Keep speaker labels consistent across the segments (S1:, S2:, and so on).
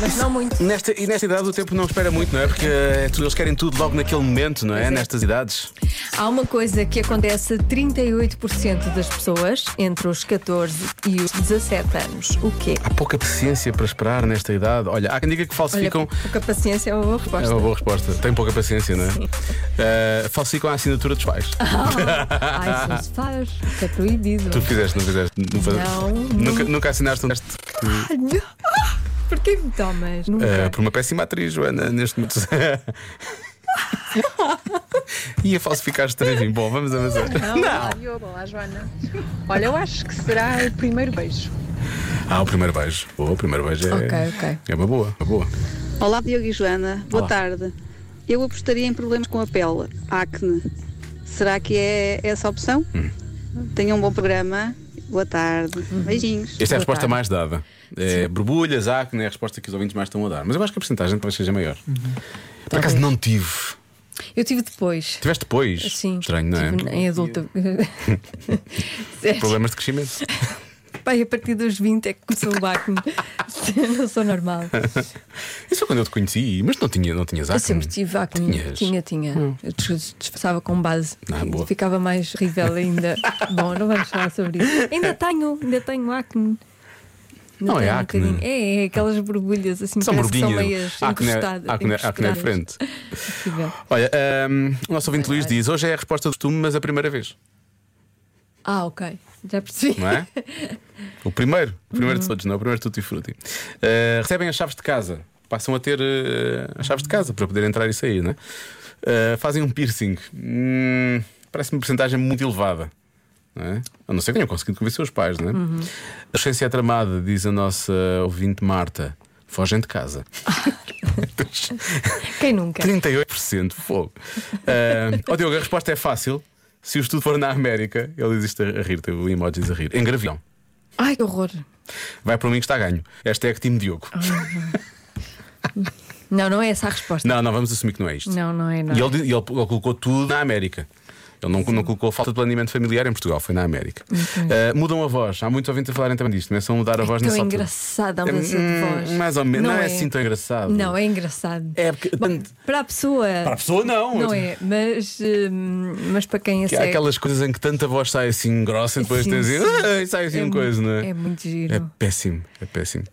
S1: mas não muito.
S2: Nesta, e nesta idade o tempo não espera muito, não é? Porque eh, tu- eles querem tudo logo naquele momento, não é? Nestas idades.
S1: Há uma coisa que acontece a 38% das pessoas entre os 14 e os 17 anos. O quê?
S2: Há pouca paciência para esperar nesta idade. Olha, há quem diga que
S1: Olha,
S2: falsificam.
S1: pouca paciência é uma boa
S2: É
S1: resposta.
S2: uma boa resposta. Tem pouca paciência, não é? Eh, falsificam a assinatura dos pais.
S1: Ah. Ai, isso não se faz. Isso é proibido.
S2: Tu fizeste, não fizeste?
S1: Não,
S2: Nunca, nunca assinaste um teste
S1: Ai, não. Porquê me tomas? Nunca.
S2: eh, por uma péssima atriz, Joana, neste momento. Ia falsificar estranho. Bom, vamos avançar.
S3: Olá, Diogo. Olá, Joana. Olha, eu acho que será o primeiro beijo.
S2: Ah, o primeiro beijo. Boa, o primeiro beijo é.
S1: Ok, ok.
S2: É uma boa, uma boa.
S4: Olá, Diogo e Joana. Boa
S2: Olá.
S4: tarde. Eu apostaria em problemas com a pele, acne. Será que é essa a opção? Tenham um bom programa. Boa tarde. Beijinhos.
S2: Esta é a
S1: Boa
S2: resposta
S1: tarde.
S2: mais dada. É, borbulhas, acne, é a resposta que os ouvintes mais estão a dar. Mas eu acho que a porcentagem talvez seja maior. Por acaso
S1: Uhum. Talvez.
S2: não tive.
S1: Eu tive depois.
S2: Tiveste depois?
S1: Sim.
S2: Estranho, não é?
S1: tive Em adulta. Certo.
S2: Problemas de crescimento.
S1: Pai, a partir dos 20 é que começou o acne. não sou normal.
S2: Isso foi quando eu te conheci, mas não, tinha, não tinhas acne.
S1: Eu sempre tive acne.
S2: Hum. Tinhas?
S1: Tinha, tinha. Eu dis- disfarçava com base.
S2: Ah, boa.
S1: Ficava mais rível ainda. Bom, não vamos falar sobre isso. Ainda tenho, ainda tenho acne. Ainda
S2: Não é
S1: tenho um
S2: acne.
S1: bocadinho. É, é, aquelas borbulhas assim
S2: São
S1: parece que são
S2: borbulhas.
S1: meias
S2: Acne, é-
S1: encostadas.
S2: acne, acne é
S1: encostadas.
S2: frente.
S1: Horrível.
S2: Olha, hum, o nosso ouvinte Luís diz: hoje é a resposta do costume, mas a primeira vez,
S1: Ah, ok. Já percebi.
S2: não é? Uhum. o primeiro, o primeiro de todos, não, é? o primeiro de tutti frutti. Uh, recebem as chaves de casa, passam a ter uh, as chaves de casa para poder entrar e sair, não é? Uh, fazem um piercing, Hum, parece-me uma porcentagem muito elevada. Não é? A não ser que tenham conseguido convencer os pais, não é? A ciência é tramada, diz a nossa ouvinte Marta, fogem de casa.
S1: Quem nunca?
S2: 38% fogo. Uh, oh, Diogo, a resposta é fácil. Se o estudo for na América, ele existe a rir, teve ali emojis a rir. Em gravião.
S1: Ai, que horror.
S2: Vai para mim que está ganho. Esta é que time Diogo.
S1: Ah, Não, não é essa a resposta.
S2: Não, não, vamos assumir que não é isto.
S1: Não, não é, não.
S2: E ele, di- ele- ele colocou tudo na América. Ele não, não colocou falta de planeamento familiar em Portugal, foi na América. Uh, mudam a voz. Há muitos ouvintes a falarem também disto. Começam a mudar a voz
S1: É tão
S2: nessa altura.
S1: engraçada a mudança de
S2: Hum,
S1: voz.
S2: Mais ou menos. Não, é assim tão engraçado.
S1: Não, é engraçado.
S2: É porque-
S1: Bom, para a pessoa.
S2: Para a pessoa, não.
S1: Não é, mas, hum, mas para quem é
S2: Que há
S1: cego.
S2: aquelas coisas em que tanta voz sai assim grossa e depois
S1: Sim,
S2: tens
S1: sim.
S2: assim, "Ah", sai assim
S1: É
S2: uma
S1: mu-
S2: coisa, não é?
S1: é muito giro.
S2: É péssimo, é péssimo.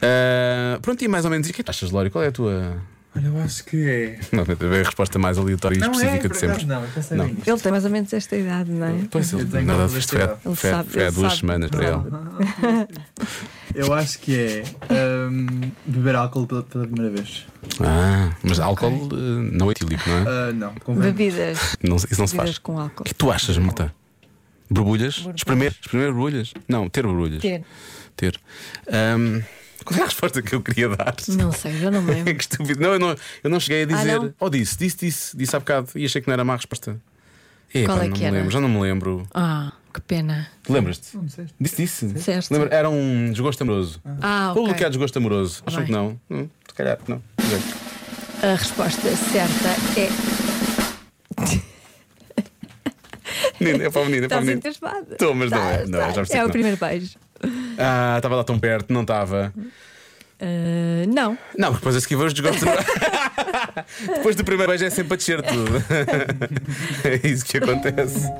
S2: Ah, pronto, e mais ou menos. E o que é que achas, Lori? Qual é a tua.
S5: Olha, eu acho que é.
S2: Não, é a resposta mais aleatória e
S5: Não é,
S2: específica
S5: por
S2: de sempre.
S5: acaso não, eu pensei
S2: Não.
S5: bem nisto.
S1: Ele tem mais ou menos esta idade, não é?
S2: Pois ele
S5: Eu
S2: tem
S5: tenho
S2: nada
S5: que
S2: a ver. Isto foi há-
S5: respeitar.
S1: Ele
S2: foi há-
S1: sabe,
S2: foi há
S1: ele
S2: duas
S1: sabe.
S2: semanas para ele.
S5: Eu acho que é hum, beber álcool pela, pela primeira vez.
S2: Ah, mas álcool eh, não é etílico, não é?
S5: Ah, não, convém.
S1: Bebidas.
S2: Não, isso não se
S1: Bebidas
S2: faz.
S1: com
S2: O
S1: álcool.
S2: que é que tu achas, Marta? Borbulhas? Espremer? Espremer borbulhas? Não, ter borbulhas.
S1: Ter.
S2: Ter. Ahm, qual é a resposta que eu queria dar?
S1: Não sei, já não me lembro.
S2: que estúpido. Não, eu não, eu não cheguei a dizer.
S1: não?
S2: Ou disse, disse, disse, disse há bocado e achei que não era má resposta. Epá,
S1: Qual é
S2: não
S1: que
S2: me
S1: era?
S2: lembro, já não me lembro.
S1: Ah, que pena.
S2: Lembras-te?
S5: Não disseste?
S2: Disse, disse.
S1: Disseste.
S2: Lembra? Era um desgosto amoroso.
S1: Ah,
S2: Ou o que é
S1: ok. Tá
S2: desgosto amoroso? Acham
S1: Bem.
S2: que não? Hum, se calhar, não. é Bem.
S1: A resposta certa é.
S2: Menino, é para o menino, é para o
S1: Estás
S2: menino.
S1: entusiasmada.
S2: Estou, mas não é.
S1: Estás,
S2: Não, já
S1: estás.
S2: percebi
S1: é
S2: que
S1: o
S2: não.
S1: primeiro beijo.
S2: Ah, estava lá tão perto, não estava.
S1: Ah, não.
S2: Não, mas depois a seguir vão os desgostos amorosos. depois do primeiro beijo é sempre a descer tudo. é isso que acontece.